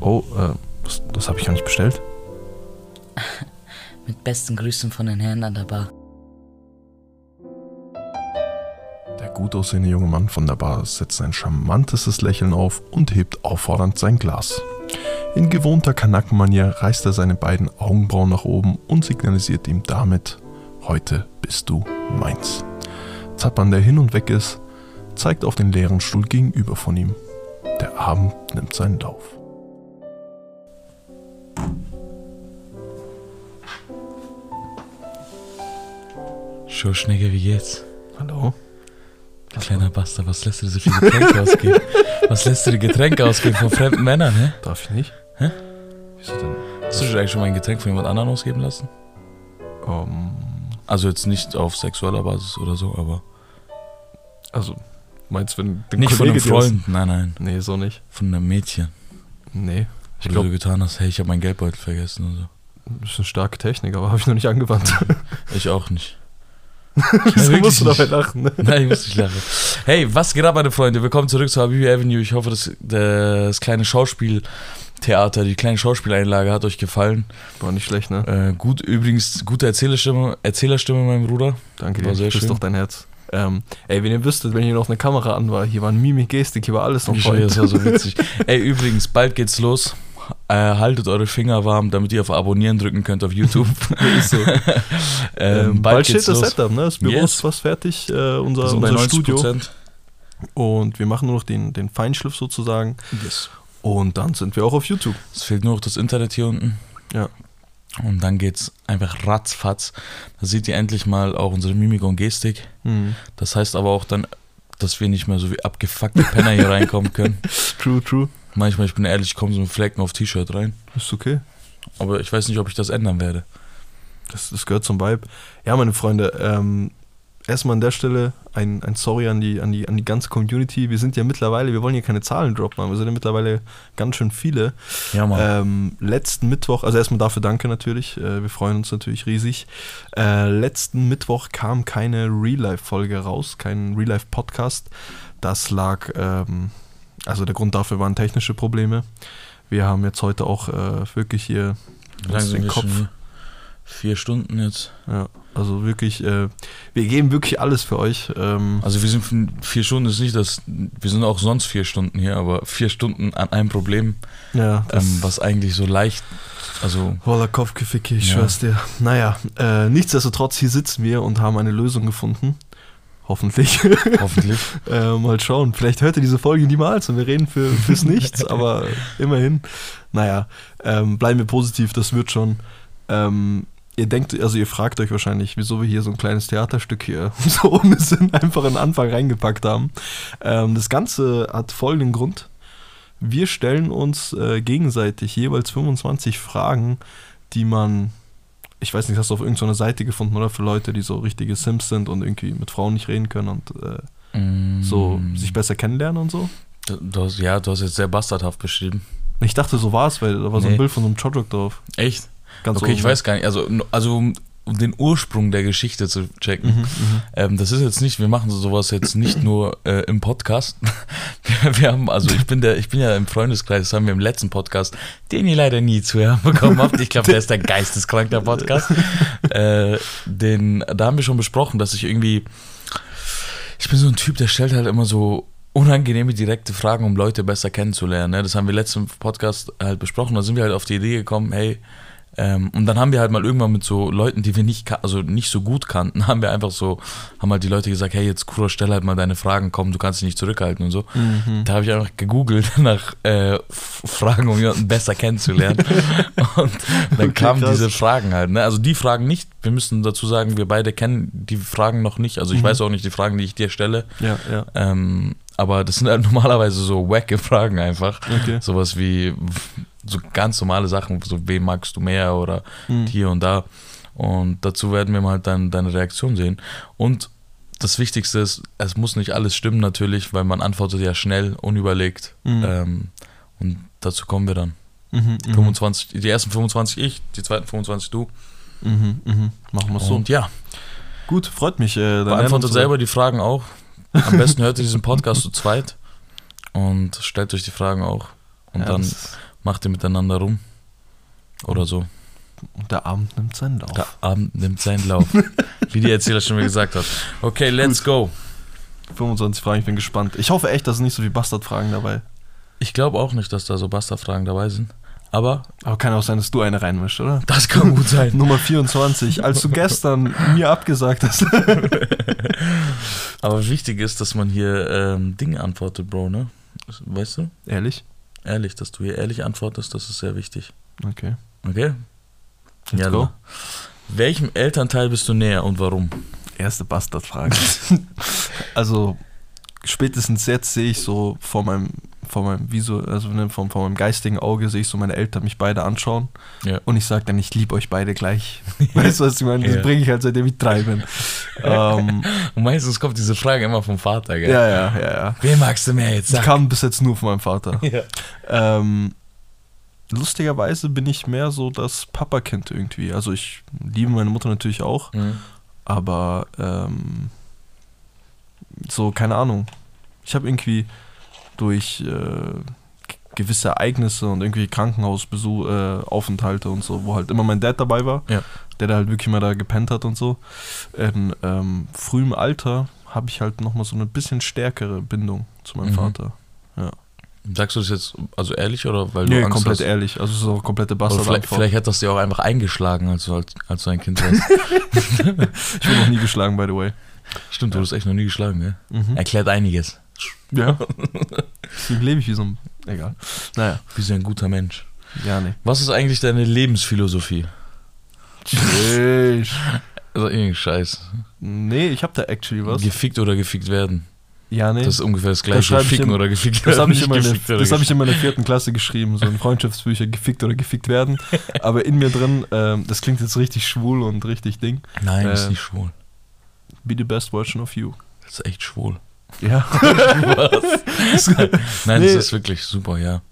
Oh, äh, das, das habe ich gar nicht bestellt. Mit besten Grüßen von den Herren an der Bar. Der gut aussehende junge Mann von der Bar setzt ein charmantestes Lächeln auf und hebt auffordernd sein Glas. In gewohnter Kanakenmanier reißt er seine beiden Augenbrauen nach oben und signalisiert ihm damit, heute bist du meins. Zappern, der hin und weg ist, zeigt auf den leeren Stuhl gegenüber von ihm. Der Abend nimmt seinen Lauf. Schurschnecke, wie geht's? Hallo? Kleiner Bastard, was lässt du dir so viele Getränke ausgeben? Was lässt du dir Getränke ausgeben von fremden Männern, hä? Darf ich nicht? Hä? Wieso denn? Hast du dir eigentlich schon mal ein Getränk von jemand anderem ausgeben lassen? Ähm, Also jetzt nicht auf sexueller Basis oder so, aber. also, meinst du, wenn den Nicht von einem dir das- Freund, nein, nein. Nee, so nicht. Von einem Mädchen. Nee. Ich wo du glaube, getan hast, hey, ich habe meinen Geldbeutel vergessen und so. das ist eine starke Technik, aber habe ich noch nicht angewandt. Ich auch nicht. Wieso wirklich musst du dabei nicht. lachen? Ne? Nein, ich muss nicht lachen. Hey, was geht ab, meine Freunde? Willkommen zurück zu Habibi Avenue. Ich hoffe, das, das kleine Schauspieltheater, die kleine Schauspieleinlage hat euch gefallen. War nicht schlecht, ne? Äh, gut, übrigens, gute Erzählerstimme, Erzählerstimme, mein Bruder. Danke War dir, sehr küsst schön. doch dein Herz. Ähm, ey, wenn ihr wüsstet, wenn hier noch eine Kamera an war, hier waren Mimik, Gestik, hier war alles noch Ich voll. schwöre, das war so witzig. Ey, übrigens, bald geht's los. Äh, haltet eure Finger warm, damit ihr auf Abonnieren drücken könnt auf YouTube. Ist so. ähm, ähm, bald steht das Setup, ne? Das Büro Yes. ist fast fertig, äh, Wir unser, sind bei unser 90 Studio. Prozent. Und wir machen nur noch den, den Feinschliff sozusagen. Yes. Und dann sind wir auch auf YouTube. Es fehlt nur noch das Internet hier unten. Ja. Und dann geht's einfach ratzfatz. Da seht ihr endlich mal auch unsere Mimik und Gestik. Hm. Das heißt aber auch dann, dass wir nicht mehr so wie abgefuckte Penner hier reinkommen können. True, true. Manchmal, ich bin ehrlich, ich komme so mit Flecken auf T-Shirt rein. Ist okay. Aber ich weiß nicht, ob ich das ändern werde. Das, das gehört zum Vibe. Ja, meine Freunde, ähm, erstmal an der Stelle ein, ein Sorry an die, an, die, an die ganze Community. Wir sind ja mittlerweile, wir wollen hier keine Zahlen droppen, aber wir sind ja mittlerweile ganz schön viele. Ja, Mann. Ähm, letzten Mittwoch, also erstmal dafür danke natürlich, äh, wir freuen uns natürlich riesig. Äh, letzten Mittwoch kam keine Real-Life-Folge raus, kein Real-Life-Podcast. Das lag, ähm, also der Grund dafür waren technische Probleme. Wir haben jetzt heute auch äh, wirklich hier Wie lange uns sind wir schon hier? ne? Vier Stunden jetzt. Ja, also wirklich, äh, wir geben wirklich alles für euch. Ähm, Also wir sind von- vier Stunden ist nicht das. Wir sind auch sonst vier Stunden hier, aber vier Stunden an einem Problem, ja, das ähm, was eigentlich so leicht. Also Voller Kopfgeficke, ich Ja. schwör's dir. Naja, äh, nichtsdestotrotz, hier sitzen wir und haben eine Lösung gefunden. Hoffentlich. hoffentlich. äh, mal schauen. Vielleicht hört ihr diese Folge niemals und wir reden für, fürs Nichts, aber immerhin. Naja, ähm, bleiben wir positiv, das wird schon. Ähm, ihr denkt, also ihr fragt euch wahrscheinlich, wieso wir hier so ein kleines Theaterstück hier so ohne Sinn einfach in den Anfang reingepackt haben. Ähm, das Ganze hat folgenden Grund. Wir stellen uns äh, gegenseitig jeweils 25 Fragen, die man, ich weiß nicht, hast du auf irgendeiner Seite gefunden, oder? Für Leute, die so richtige Sims sind und irgendwie mit Frauen nicht reden können und äh, Mm, so sich besser kennenlernen und so. du, du hast, ja, du hast jetzt sehr bastardhaft beschrieben. Ich dachte, so war es, weil da war so ein Nee. Bild von so einem Chojok drauf. Echt? Ganz okay, ich oben. ne? weiß gar nicht. Also also um, um den Ursprung der Geschichte zu checken. Mhm, mhm. Ähm, das ist jetzt nicht, wir machen sowas jetzt nicht nur äh, im Podcast. Wir, wir haben, also ich bin der, ich bin ja im Freundeskreis, das haben wir im letzten Podcast, den ihr leider nie zu hören bekommen habt. Ich glaube, der ist der geisteskrank, der Podcast. Äh, den, da haben wir schon besprochen, dass ich irgendwie, ich bin so ein Typ, der stellt halt immer so unangenehme direkte Fragen, um Leute besser kennenzulernen. Ne? Das haben wir letzten Podcast halt besprochen. Da sind wir halt auf die Idee gekommen, hey, ähm, und dann haben wir halt mal irgendwann mit so Leuten, die wir nicht, ka- also nicht so gut kannten, haben wir einfach so, haben halt die Leute gesagt, hey, jetzt Kuro, stell halt mal deine Fragen, komm, du kannst dich nicht zurückhalten und so. Mhm. Da habe ich einfach gegoogelt nach äh, F- Fragen, um jemanden besser kennenzulernen. und dann Okay, kamen krass. diese Fragen halt. Ne? Also die Fragen nicht, wir müssen dazu sagen, wir beide kennen die Fragen noch nicht. Mhm. Also ich weiß auch nicht die Fragen, die ich dir stelle. Ja, ja. Ähm, aber das sind halt normalerweise so wacke Fragen einfach. Okay. Sowas wie so ganz normale Sachen, so wem magst du mehr oder Mhm. hier und da. Und dazu werden wir mal dann deine Reaktion sehen. Und das Wichtigste ist, es muss nicht alles stimmen natürlich, weil man antwortet ja schnell, unüberlegt. Mhm. Ähm, und dazu kommen wir dann. Mhm, mhm, 25, die ersten 25 ich, die zweiten 25 du. mhm, mhm. Machen wir so. Und ja, Gut, freut mich. Äh, dann lernen beantwortet wir- selber die Fragen auch. Am besten hört ihr diesen Podcast zu zweit und stellt euch die Fragen auch. Und ja, dann das- macht ihr miteinander rum. Oder so. Und der Abend nimmt seinen Lauf. Der Abend nimmt seinen Lauf. wie die Erzähler schon mal gesagt hat. Okay, let's go. 25 Fragen, ich bin gespannt. Ich hoffe echt, dass nicht so viele Bastardfragen dabei. Ich glaube auch nicht, dass da so Bastardfragen dabei sind. Aber Aber kann auch sein, dass du eine reinmischst, oder? das kann gut sein. Nummer 24, als du gestern mir abgesagt hast. Aber wichtig ist, dass man hier ähm, Dinge antwortet, Bro, ne? Weißt du? Ehrlich? Ehrlich, dass du hier ehrlich antwortest, das ist sehr wichtig. Okay. Okay? Let's Jalla. go. Welchem Elternteil bist du näher und warum? Erste Bastardfrage. also spätestens jetzt sehe ich so vor meinem, vor meinem, Visu, also ne, vor, vor meinem geistigen Auge sehe ich so meine Eltern mich beide anschauen Ja. und ich sage dann, ich liebe euch beide gleich. weißt du, was ich meine? Das Ja. bringe ich halt seitdem ich drei bin. ähm, Und meistens kommt diese Frage immer vom Vater, gell? ja, ja, ja, ja. Wen magst du mehr jetzt? Die kamen bis jetzt nur von meinem Vater. Ja. Ähm, lustigerweise bin ich mehr so das Papa-Kind irgendwie. Also ich liebe meine Mutter natürlich auch, Mhm. aber ähm, so, keine Ahnung. Ich habe irgendwie durch äh, g- gewisse Ereignisse und irgendwie Krankenhausaufenthalte äh, Aufenthalte und so, wo halt immer mein Dad dabei war, Ja. der da halt wirklich mal da gepennt hat und so, in ähm, frühem Alter habe ich halt nochmal so eine bisschen stärkere Bindung zu meinem Mhm. Vater. Sagst du das jetzt also ehrlich oder weil du Nee, Angst komplett hast? ehrlich. Also so komplette Oder vielleicht, Bastard-Antwort. vielleicht hat das dir auch einfach eingeschlagen, als du, als, als du ein Kind warst. Ich wurde noch nie geschlagen, by the way. Stimmt, du wurdest echt noch nie geschlagen, gell? Mhm. Erklärt einiges. Ja. Deswegen lebe ich wie so ein... Egal. Naja. Wie so ein guter Mensch. Ja, nee. Was ist eigentlich deine Lebensphilosophie? Tschüss. Also irgendein Scheiß. nee, ich hab da actually was. Gefickt oder gefickt werden. Ja, nee. Das ist ungefähr das gleiche. schreibe ich Ficken im- oder gefickt Das werden. habe ich, in nicht meiner- gefickt oder das hab ich gefickt. in meiner vierten Klasse geschrieben, so in Freundschaftsbücher, gefickt oder gefickt werden. Aber in mir drin, ähm, das klingt jetzt richtig schwul und richtig Ding. Nein, das Äh, ist nicht schwul. Be the best version of you. Das ist echt schwul. Ja. Was? Nein, Nee. das ist wirklich super, ja.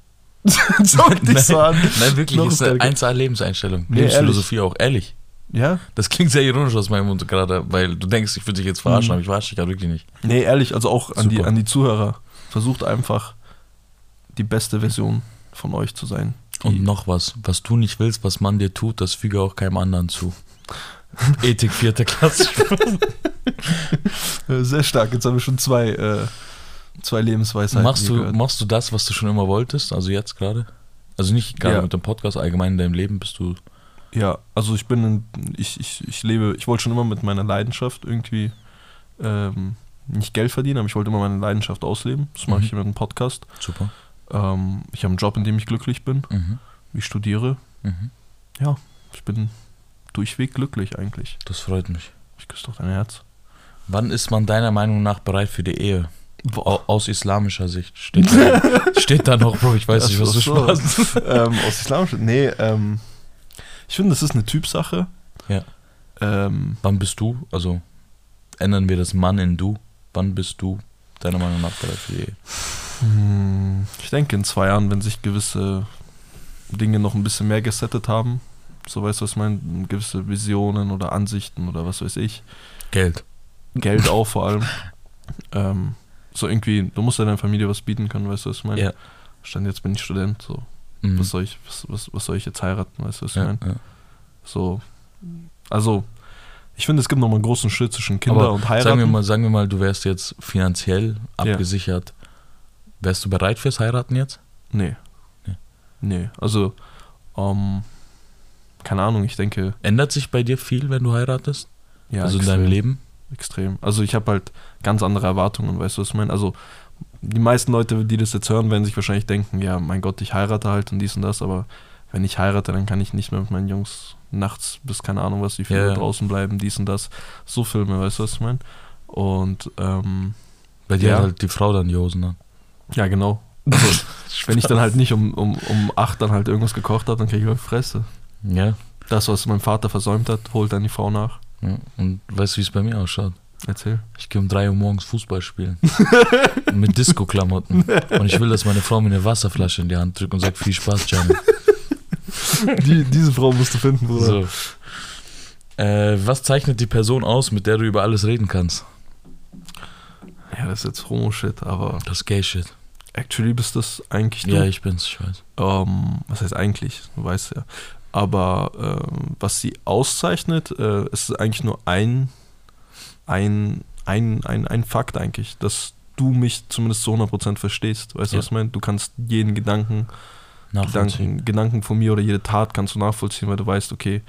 Sag dich so an. Nein, wirklich, Noch ist eine stärker. 1A Lebenseinstellung. Nee, Lebensphilosophie auch, ehrlich. Ja? Das klingt sehr ironisch aus meinem Mund gerade, weil du denkst, ich würde dich jetzt verarschen, Mhm. aber ich verarsche dich gerade wirklich nicht. Nee, ehrlich, also auch an die, Super. an die Zuhörer. Versucht einfach, die beste Version von euch zu sein. Und noch was, was du nicht willst, was man dir tut, das füge auch keinem anderen zu. Ethik vierte Klasse. Äh, Sehr stark, jetzt haben wir schon zwei, äh, zwei Lebensweisheiten. machst, hier du, gehört. machst du das, was du schon immer wolltest, also jetzt gerade? Also nicht gerade Ja. mit dem Podcast, allgemein in deinem Leben bist du. Ja, also ich bin, ein- ich, ich, ich lebe, ich wollte schon immer mit meiner Leidenschaft irgendwie ähm, nicht Geld verdienen, aber ich wollte immer meine Leidenschaft ausleben. Das mache Mhm. ich hier mit einem Podcast. Super. Ähm, ich habe einen Job, in dem ich glücklich bin. Mhm. Ich studiere. Mhm. Ich bin durchweg glücklich eigentlich. Das freut mich. Ich küsse doch dein Herz. Wann ist man deiner Meinung nach bereit für die Ehe? Au- Aus islamischer Sicht. Steht da, steht da noch, Bro, ich weiß Ach nicht, was du so, ach so. Spaß ähm, aus islamisch? Nee, ähm, ich finde, das ist eine Typsache. Ja. Ähm, Wann bist du, also ändern wir das Mann in Du, wann bist du deiner Meinung nach bereit für die Ehe? hm, ich denke, in zwei Jahren, wenn sich gewisse Dinge noch ein bisschen mehr gesettet haben, so weißt du, was ich meine, gewisse Visionen oder Ansichten oder was weiß ich, Geld. Geld auch vor allem, ähm, so irgendwie, du musst ja deiner Familie was bieten können, weißt du, was ich meine? Ja. Stand jetzt bin ich Student, so, Mhm. was, soll ich, was, was, was soll ich jetzt heiraten, weißt du, was ich ja, meine? ja. So, also, ich finde, es gibt nochmal einen großen Schritt zwischen Kinder Aber und heiraten. Sagen, wir mal, sagen wir mal, du wärst jetzt finanziell abgesichert. Wärst du bereit fürs Heiraten jetzt? Nee. Nee. Nee, also, ähm, keine Ahnung, ich denke, Ändert sich bei dir viel, wenn du heiratest? ja, also in extrem, deinem Leben? extrem. Also, ich habe halt ganz andere Erwartungen, weißt du, was ich meine? Also, die meisten Leute, die das jetzt hören, werden sich wahrscheinlich denken, ja, mein Gott, ich heirate halt und dies und das, aber wenn ich heirate, dann kann ich nicht mehr mit meinen Jungs nachts bis keine Ahnung was, wie viel Ja, Uhr ja. draußen bleiben, dies und das. So Filme, weißt du, was ich meine? Und, ähm, Bei dir Ja. hat halt die Frau dann die Hosen an. ja, genau. Also, wenn ich dann halt nicht um, um, um acht dann halt irgendwas gekocht habe, dann kriege ich halt Fresse. Ja. Das, was mein Vater versäumt hat, holt dann die Frau nach. ja. Und weißt du, wie es bei mir ausschaut? Erzähl. Ich gehe um 3 Uhr morgens Fußball spielen. mit Disco-Klamotten. Und ich will, dass meine Frau mir eine Wasserflasche in die Hand drückt und sagt, viel Spaß, Gianni. Die, diese Frau musst du finden, Bruder. So. Äh, was zeichnet die Person aus, mit der du über alles reden kannst? Ja, das ist jetzt Homo-Shit, aber Das Gay-Shit. Actually bist das eigentlich du. Ja, ich bin's, ich weiß. Ähm, was heißt eigentlich? Du weißt ja. Aber ähm, was sie auszeichnet, äh, ist eigentlich nur ein, ein, ein, ein, ein Fakt eigentlich, dass du mich zumindest zu 100% verstehst. Weißt du, Ja. was ich meine? Du kannst jeden Gedanken, Nachvollziehen. Gedanken, Gedanken von mir oder jede Tat kannst du nachvollziehen, weil du weißt, okay,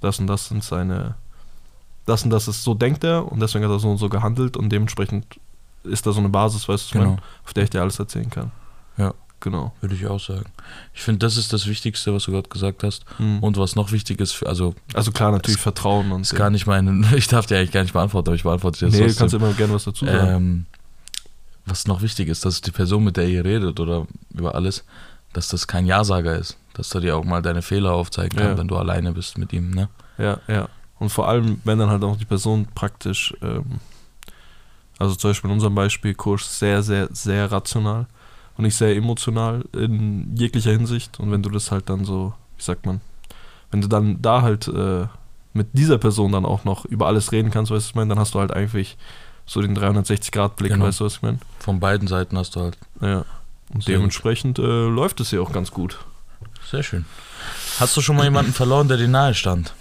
das und das sind seine, das und das ist, so denkt er und deswegen hat er so und so gehandelt und dementsprechend ist da so eine Basis, weißt du, was ich Genau, meine, auf der ich dir alles erzählen kann. Ja. Genau. würde ich auch sagen. Ich finde, das ist das Wichtigste, was du gerade gesagt hast. Mhm. Und was noch wichtig ist, für, also Also klar, natürlich Es- Vertrauen und ist gar nicht mein, ich darf dir eigentlich gar nicht beantworten, aber ich beantworte dir das Nee, du trotzdem. kannst immer gerne was dazu sagen. ähm, was noch wichtig ist, dass die Person, mit der ihr redet oder über alles, dass das kein Ja-Sager ist. Dass er dir auch mal deine Fehler aufzeigen kann, Ja. wenn du alleine bist mit ihm. Ne? Ja, ja. Und vor allem, wenn dann halt auch die Person praktisch, ähm, also zum Beispiel in unserem Beispiel Kurs, sehr, sehr, sehr rational und nicht sehr emotional in jeglicher Hinsicht. Und wenn du das halt dann so, wie sagt man, wenn du dann da halt äh, mit dieser Person dann auch noch über alles reden kannst, weißt du, was ich meine, dann hast du halt eigentlich so den 360-Grad-Blick, Genau. weißt du, was ich meine? Von beiden Seiten hast du halt. Ja. Und Sehr gut. dementsprechend äh, läuft es hier auch ganz gut. Sehr schön. Hast du schon mal jemanden verloren, der dir nahe stand?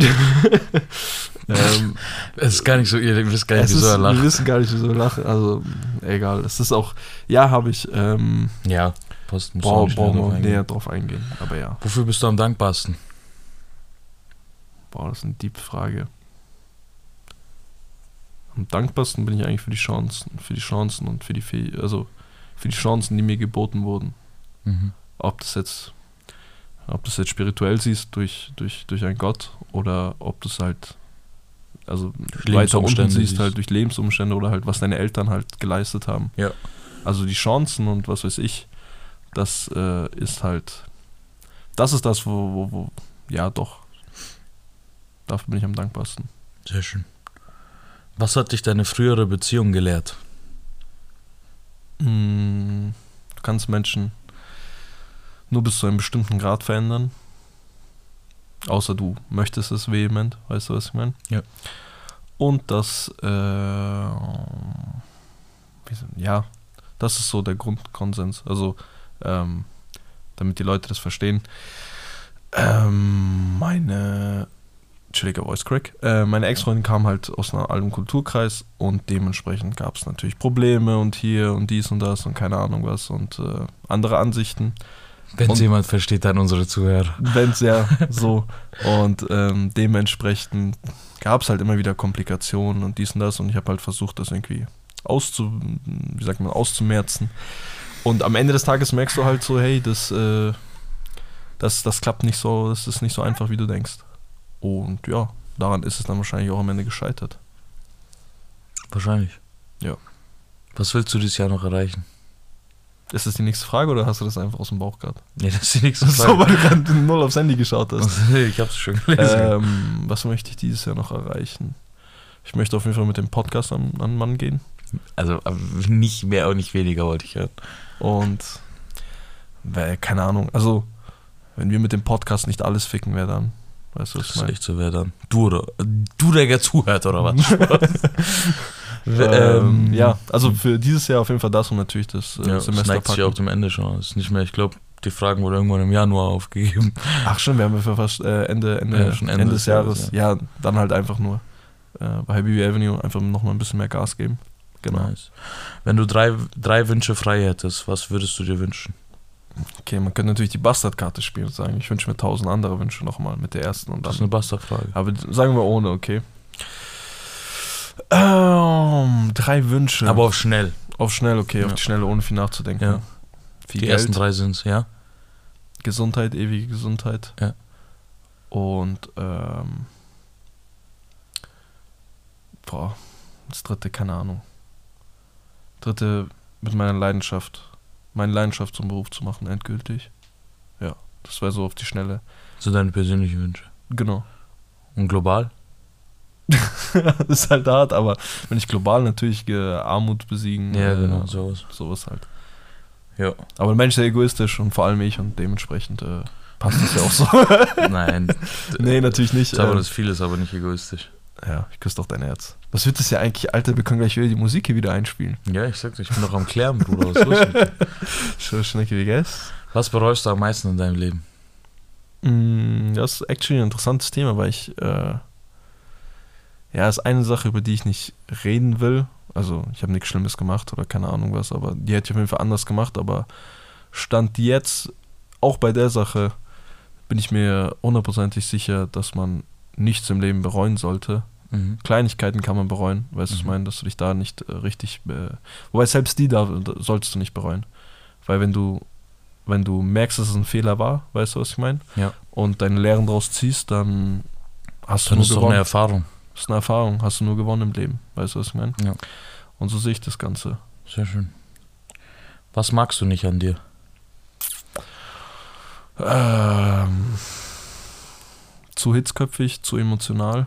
Ähm, Es ist gar nicht so, ihr wisst gar nicht, Es wieso ist, er wir lacht. wissen gar nicht, wieso er lacht. Also, egal. Es ist auch, ja, habe ich, ähm, Ja, Post muss brau- auch nicht schnell brauchen wir drauf auch eingehen. näher drauf eingehen. Aber ja, Wofür bist du am dankbarsten? boah, das ist eine Deep-Frage. Am dankbarsten bin ich eigentlich für die Chancen, für die Chancen und für die, Fäh also für die Chancen, die mir geboten wurden. Mhm. ob das jetzt, ob das jetzt spirituell siehst durch, durch, durch einen Gott oder ob das halt also weiter unten Lebensumstände siehst, siehst. halt durch Lebensumstände oder halt was deine Eltern halt geleistet haben. Ja. Also die Chancen und was weiß ich, das äh, ist halt, das ist das, wo, wo, wo, ja doch, dafür bin ich am dankbarsten. Sehr schön. Was hat dich deine frühere Beziehung gelehrt? Mm, Du kannst Menschen nur bis zu einem bestimmten Grad verändern. Außer du möchtest es vehement, weißt du, was ich meine? Ja. Und das, äh, wie so- ja, das ist so der Grundkonsens. Also, ähm, damit die Leute das verstehen. Ähm, meine chilliger Voice Crack. Äh, meine Ex-Freundin kam halt aus einem alten Kulturkreis und dementsprechend gab es natürlich Probleme und hier und dies und das und keine Ahnung was und äh, andere Ansichten. Wenn Und- jemand versteht, dann unsere Zuhörer. Wenn's ja so. Und ähm, dementsprechend gab es halt immer wieder Komplikationen und dies und das und ich habe halt versucht, das irgendwie auszu, wie sagt man, auszumerzen. Und am Ende des Tages merkst du halt so, hey, das, äh, das, das klappt nicht so, das ist nicht so einfach, wie du denkst. Und ja, daran ist es dann wahrscheinlich auch am Ende gescheitert. Wahrscheinlich. Ja. Was willst du dieses Jahr noch erreichen? Ist das die nächste Frage oder hast du das einfach aus dem Bauch gerade? Nee, das ist die nächste So, Frage. weil du gerade null aufs Handy geschaut hast. ich hab's schon gelesen. ähm, was möchte ich dieses Jahr noch erreichen? Ich möchte auf jeden Fall mit dem Podcast an, an den Mann gehen. Also äh, nicht mehr und nicht weniger wollte ich hören. Und weil, keine Ahnung, also wenn wir mit dem Podcast nicht alles ficken, wer dann? Weißt du, was ich Das ist meine? echt so, wer dann? Du oder du, der gerade zuhört, oder was? Ähm, ja, also für dieses Jahr auf jeden Fall das und natürlich das äh, ja das Semester neigt sich auch packen. dem Ende schon. Das ist nicht mehr, ich glaube, die Fragen wurden irgendwann im Januar aufgegeben. Ach schon, wir haben ja fast äh, Ende, Ende, Ja, schon Ende, des Jahres. Ja. dann halt einfach nur äh, bei Happy Avenue einfach nochmal ein bisschen mehr Gas geben. Genau. Nice. Wenn du drei, drei Wünsche frei hättest, was würdest du dir wünschen? Okay, man könnte natürlich die Bastardkarte spielen und sagen, ich wünsche mir tausend andere Wünsche nochmal mit der ersten und Das ist dann. eine Bastardfrage. Aber d- sagen wir ohne, okay. Ähm, drei Wünsche. Aber auf schnell. auf schnell, okay, auf Ja. die Schnelle, ohne viel nachzudenken. Ja. Viel Die Geld, ersten drei sind's, ja? Gesundheit, ewige Gesundheit. Ja. Und ähm, boah, das dritte, keine Ahnung. Dritte mit meiner Leidenschaft, meine Leidenschaft zum Beruf zu machen, endgültig. Ja, das wäre so auf die Schnelle. So deine persönlichen Wünsche. Genau. Und global? das ist halt hart, aber wenn ich global natürlich äh, Armut besiegen, äh, genau, Sowas. sowas halt. Ja. Aber der Mensch ist ja egoistisch und vor allem ich und dementsprechend äh, passt das ja auch so. Nein. nee, natürlich nicht. Sabro Äh, ist vieles, aber nicht egoistisch. Ja, ich küsse doch dein Herz. Was wird das ja eigentlich, Alter? Wir können gleich wieder die Musik hier wieder einspielen. Ja, ich sag's, ich bin noch am Klären, Bruder. Was, ist los mit dir? Schöne Schnecke wie Guess. was bereust du am meisten in deinem Leben? Mm, Das ist actually ein interessantes Thema, weil ich. Äh, ja, ist eine Sache, über die ich nicht reden will. Also, ich habe nichts Schlimmes gemacht oder keine Ahnung was, aber die hätte ich auf jeden Fall anders gemacht. Aber Stand jetzt, auch bei der Sache, bin ich mir hundertprozentig sicher, dass man nichts im Leben bereuen sollte. Mhm. Kleinigkeiten kann man bereuen, weißt du, was ich Mhm. meine, dass du dich da nicht äh, richtig. Äh, wobei selbst die da da solltest du nicht bereuen. Weil wenn du, wenn du merkst, dass es ein Fehler war, weißt du, was ich meine? Ja. Und deine Lehren daraus ziehst, dann hast du Dann nur ist doch eine gewonnen. Erfahrung. Das ist eine Erfahrung, hast du nur gewonnen im Leben, weißt du, was ich meine? Ja. Und so sehe ich das Ganze. Sehr schön. Was magst du nicht an dir? Ähm, zu hitzköpfig, zu emotional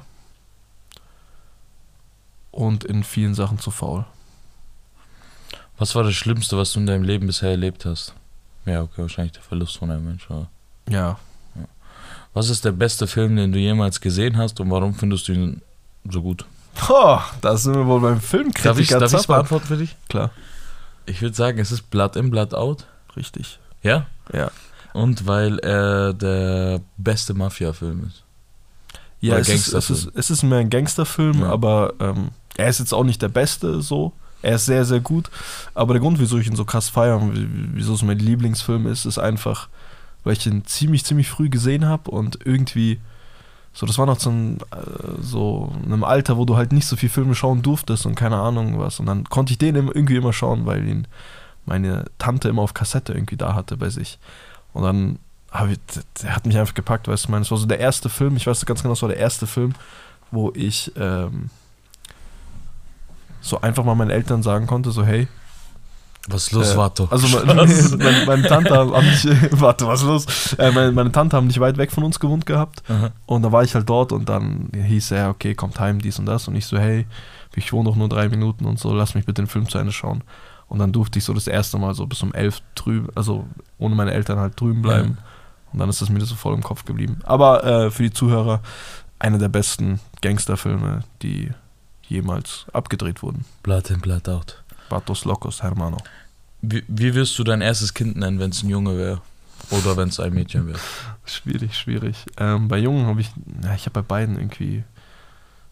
und in vielen Sachen zu faul. Was war das Schlimmste, was du in deinem Leben bisher erlebt hast? Ja, okay, wahrscheinlich der Verlust von einem Menschen. Aber Ja, was ist der beste Film, den du jemals gesehen hast und warum findest du ihn so gut? Boah, da sind wir wohl beim Darf ich Filmkritiker darf ich's Zappa. beantworten für dich? Klar, Ich würde sagen, es ist Blood in, Blood out. richtig. Ja? Ja. Und weil er der beste Mafia-Film ist. Ja, Oder es ist, es, ist, Gangsterfilm. es ist mehr ein Gangsterfilm, Ja. aber ähm, er ist jetzt auch nicht der Beste so. Er ist sehr, sehr gut. Aber der Grund, wieso ich ihn so krass feiere und wie- wieso es mein Lieblingsfilm ist, ist einfach, weil ich ihn ziemlich, ziemlich früh gesehen habe und irgendwie, so, das war noch so, ein, äh, so in einem Alter, wo du halt nicht so viel Filme schauen durftest und keine Ahnung was. Und dann konnte ich den im- irgendwie immer schauen, weil ihn meine Tante immer auf Kassette irgendwie da hatte bei sich. Und dann habe ich, der hat mich einfach gepackt, weißt du, ich meine, es war so der erste Film, ich weiß ganz genau, es war der erste Film, wo ich ähm, so einfach mal meinen Eltern sagen konnte, so hey, Was ist los, Äh, Vato? also Oh, Spaß. mein, mein, meine Tante haben mich, warte, was ist los? Äh, meine, meine Tante haben nicht weit weg von uns gewohnt gehabt Aha. und da war ich halt dort und dann hieß er, okay, kommt heim, dies und das. Und ich so, hey, ich wohne doch nur drei Minuten und so, lass mich bitte den Film zu Ende schauen. Und dann durfte ich so das erste Mal so bis um elf drüben, also ohne meine Eltern halt drüben bleiben. Und dann ist das mir das so voll im Kopf geblieben. Aber äh, für die Zuhörer, einer der besten Gangsterfilme, die jemals abgedreht wurden. Blood in, Blood out. Bartos Locos, Hermano. Wie, wie wirst du dein erstes Kind nennen, wenn es ein Junge wäre? Oder wenn es ein Mädchen wäre? Schwierig, schwierig. Ähm, bei Jungen habe ich, ja, ich habe bei beiden irgendwie,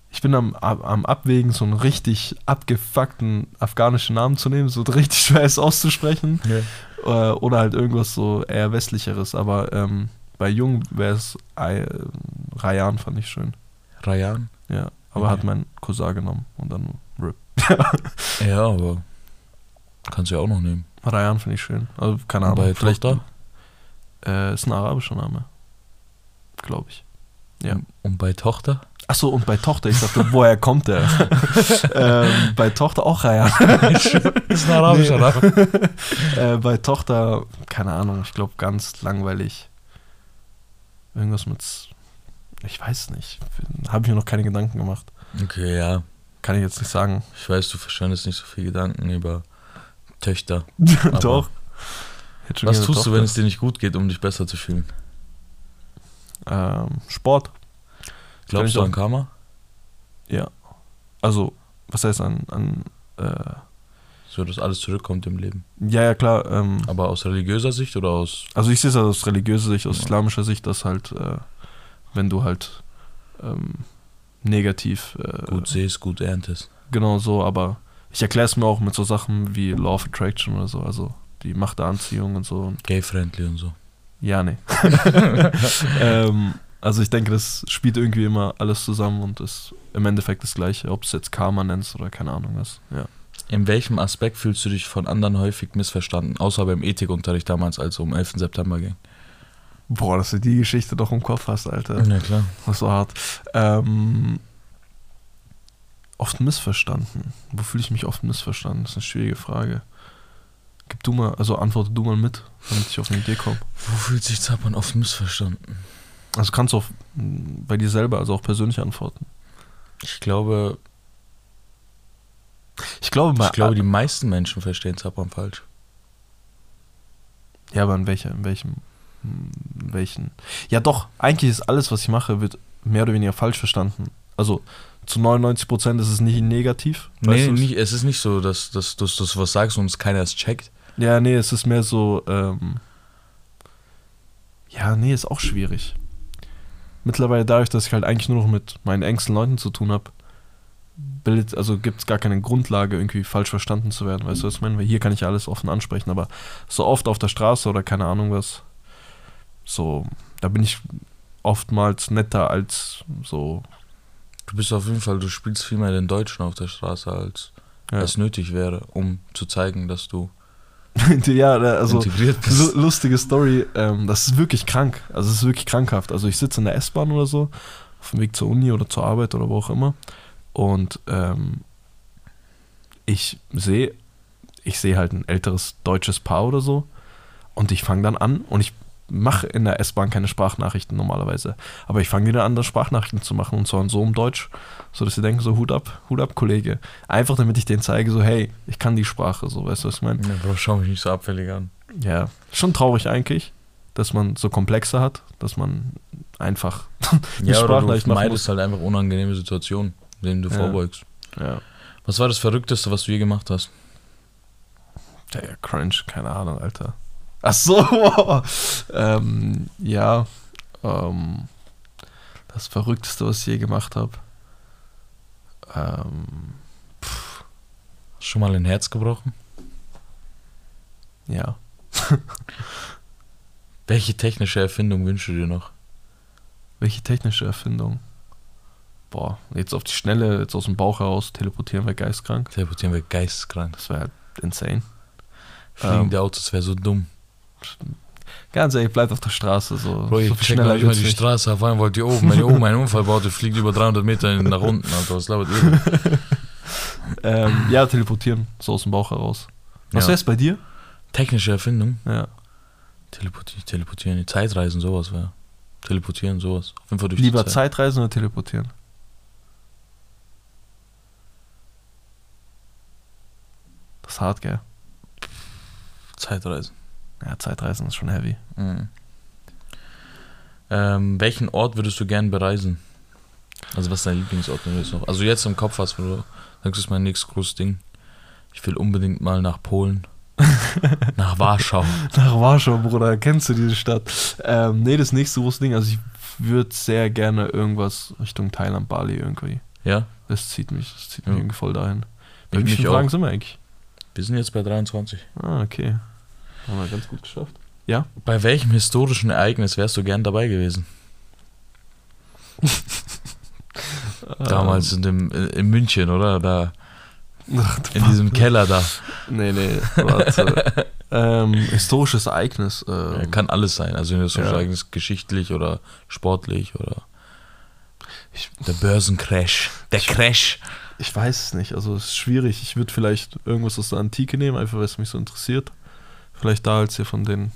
ich bin am, am am Abwägen, so einen richtig abgefuckten afghanischen Namen zu nehmen, so richtig schwer es auszusprechen. Äh, Ja. oder halt irgendwas so eher westlicheres. Aber ähm, bei Jungen wäre es äh, Rayan, fand ich schön. Rayan? Ja, aber Okay. hat mein Cousin genommen und dann RIP. Ja, aber kannst du ja auch noch nehmen. Rayan finde ich schön. Also keine Und Ahnung. bei vielleicht- Tochter Äh, ist ein arabischer Name. Glaube ich. Ja. und bei Tochter? Achso, und bei Tochter, ich dachte, woher kommt der? ähm, bei Tochter auch Rayan. ist ein arabischer Nee. Name. Äh, bei Tochter, keine Ahnung, ich glaube ganz langweilig. Irgendwas mit. S- Ich weiß nicht. Habe ich mir noch keine Gedanken gemacht. Okay, ja. Kann ich jetzt nicht sagen. Ich weiß, du verschwendest nicht so viel Gedanken über Töchter. Aber Doch. Hätte schon Was gerne tust du, Tochter. wenn es dir nicht gut geht, um dich besser zu fühlen? Ähm, Sport. Glaubst ich du auch- an Karma? Also, was heißt an. an äh, So, dass alles zurückkommt im Leben. ja, ja, klar. Ähm, Aber aus religiöser Sicht oder aus. Also ich sehe es also aus religiöser Sicht, aus Ja. islamischer Sicht, dass halt, äh, wenn du halt ähm, negativ, äh, Gut sehst, gut erntest. genau so, aber ich erkläre es mir auch mit so Sachen wie Law of Attraction oder so, also die Macht der Anziehung und so. Und Gay-friendly und so. ja, nee. ähm, also ich denke, das spielt irgendwie immer alles zusammen und ist im Endeffekt das Gleiche, ob es jetzt Karma nennst oder keine Ahnung was. Ja. In welchem Aspekt fühlst du dich von anderen häufig missverstanden? Außer beim Ethikunterricht damals, als es um 11. September ging. Boah, dass du die Geschichte doch im Kopf hast, Alter. Na klar. Das ist so hart. Ähm, oft missverstanden. Wo fühle ich mich oft missverstanden? Das ist eine schwierige Frage. Gib du mal, also antworte du mal mit, damit ich auf eine Idee komme. Wo fühlt sich Zappern oft missverstanden? Also kannst du auch mh, bei dir selber, also auch persönlich antworten. Ich glaube, Ich glaube, bei ich glaube, die meisten Menschen verstehen Zappern falsch. Ja, aber in welcher, in welchem, in welchen. Ja, doch, eigentlich ist alles, was ich mache, wird mehr oder weniger falsch verstanden. Also, zu 99% ist es nicht negativ. weißt Nee, du's? nicht, es ist nicht so, dass, dass, dass du was sagst und es keiner es checkt. Ja, nee, es ist mehr so. Ähm, ja, nee, ist auch schwierig. Mittlerweile dadurch, dass ich halt eigentlich nur noch mit meinen engsten Leuten zu tun habe, bildet, also gibt es gar keine Grundlage, irgendwie falsch verstanden zu werden. Weißt du, was ich meine? Weil hier kann ich ja alles offen ansprechen, aber so oft auf der Straße oder keine Ahnung was, so, da bin ich oftmals netter als so. Du bist auf jeden Fall, du spielst viel mehr den Deutschen auf der Straße, als Ja, es nötig wäre, um zu zeigen, dass du ja also integriert bist. Lu- Lustige Story, ähm, das ist wirklich krank. Also es ist wirklich krankhaft. Also ich sitze in der S-Bahn oder so, auf dem Weg zur Uni oder zur Arbeit oder wo auch immer. Und ähm, ich sehe, ich sehe halt ein älteres deutsches Paar oder so. Und ich fange dann an und ich mache in der S-Bahn keine Sprachnachrichten normalerweise. Aber ich fange wieder an, da Sprachnachrichten zu machen und zwar in so einem Deutsch, so dass sie denken, so Hut ab, Hut ab, Kollege. Einfach damit ich denen zeige, so hey, ich kann die Sprache, so weißt du, was ich meine? Ja, Bro, schau mich nicht so abfällig an. Ja, schon traurig eigentlich, dass man so komplexe hat, dass man einfach. Die Ja, oder Sprachnachricht du machen meidest halt einfach unangenehme Situationen, denen du Ja. vorbeugst. Ja, Was war das Verrückteste, was du je gemacht hast? der ja, Crunch, keine Ahnung, Alter. Ach so, ähm, ja, ähm, das Verrückteste, was ich je gemacht habe. Ähm, Schon mal ein Herz gebrochen? ja, Welche technische Erfindung wünschst du dir noch? welche technische Erfindung? Boah, jetzt auf die Schnelle, jetzt aus dem Bauch heraus, teleportieren wir geistkrank. Teleportieren wir geisteskrank. Das wäre halt insane. Fliegende Ähm, Autos wäre so dumm. Ganz ehrlich, bleibt auf der Straße so. Bro, ich so so viel check noch nicht mal geht's die nicht. Straße. Auf einmal wollt ihr oben. Wenn ihr oben einen Unfall baut, ihr fliegt über 300 Meter nach unten. Alter, was labert ihr? Ähm, ja, teleportieren, so aus dem Bauch heraus. Was Ah. Ja. wär's bei dir? Technische Erfindung? Ja. Teleportieren, teleportieren. Zeitreisen, sowas wäre. Teleportieren, sowas. Auf jeden Fall durch die Lieber Zeit. Zeitreisen oder teleportieren? Das ist hart, gell? Zeitreisen. Ja, Zeitreisen ist schon heavy. Mhm. Ähm, welchen Ort würdest du gern bereisen? Also was ist dein Lieblingsort, wenn du jetzt noch... Also jetzt im Kopf hast, wo du sagst, das ist mein nächstes großes Ding. Ich will unbedingt mal nach Polen. nach Warschau. Nach Warschau, Bruder, kennst du diese Stadt? Ähm, nee, das nächste große Ding, also ich würde sehr gerne irgendwas Richtung Thailand, Bali irgendwie. Ja? Das zieht mich, das zieht Ja. mich irgendwie voll dahin. Bei Ich wie vielen mich Fragen auch. sind wir eigentlich? Wir sind jetzt bei 23. Ah, okay. Haben wir ganz gut geschafft. Bei welchem historischen Ereignis wärst du gern dabei gewesen? Damals in, dem, äh, in München, oder? Da, Ähm, ach, in diesem Keller da. Nee, nee, warte. ähm, historisches Ereignis. Ja, Ähm, Kann alles sein. Also historisches Ja. Ereignis geschichtlich oder sportlich oder Ich- der Börsencrash. Der Crash. ich weiß es nicht, also es ist schwierig. Ich würde vielleicht irgendwas aus der Antike nehmen, einfach weil es mich so interessiert. Vielleicht da, als ihr von den,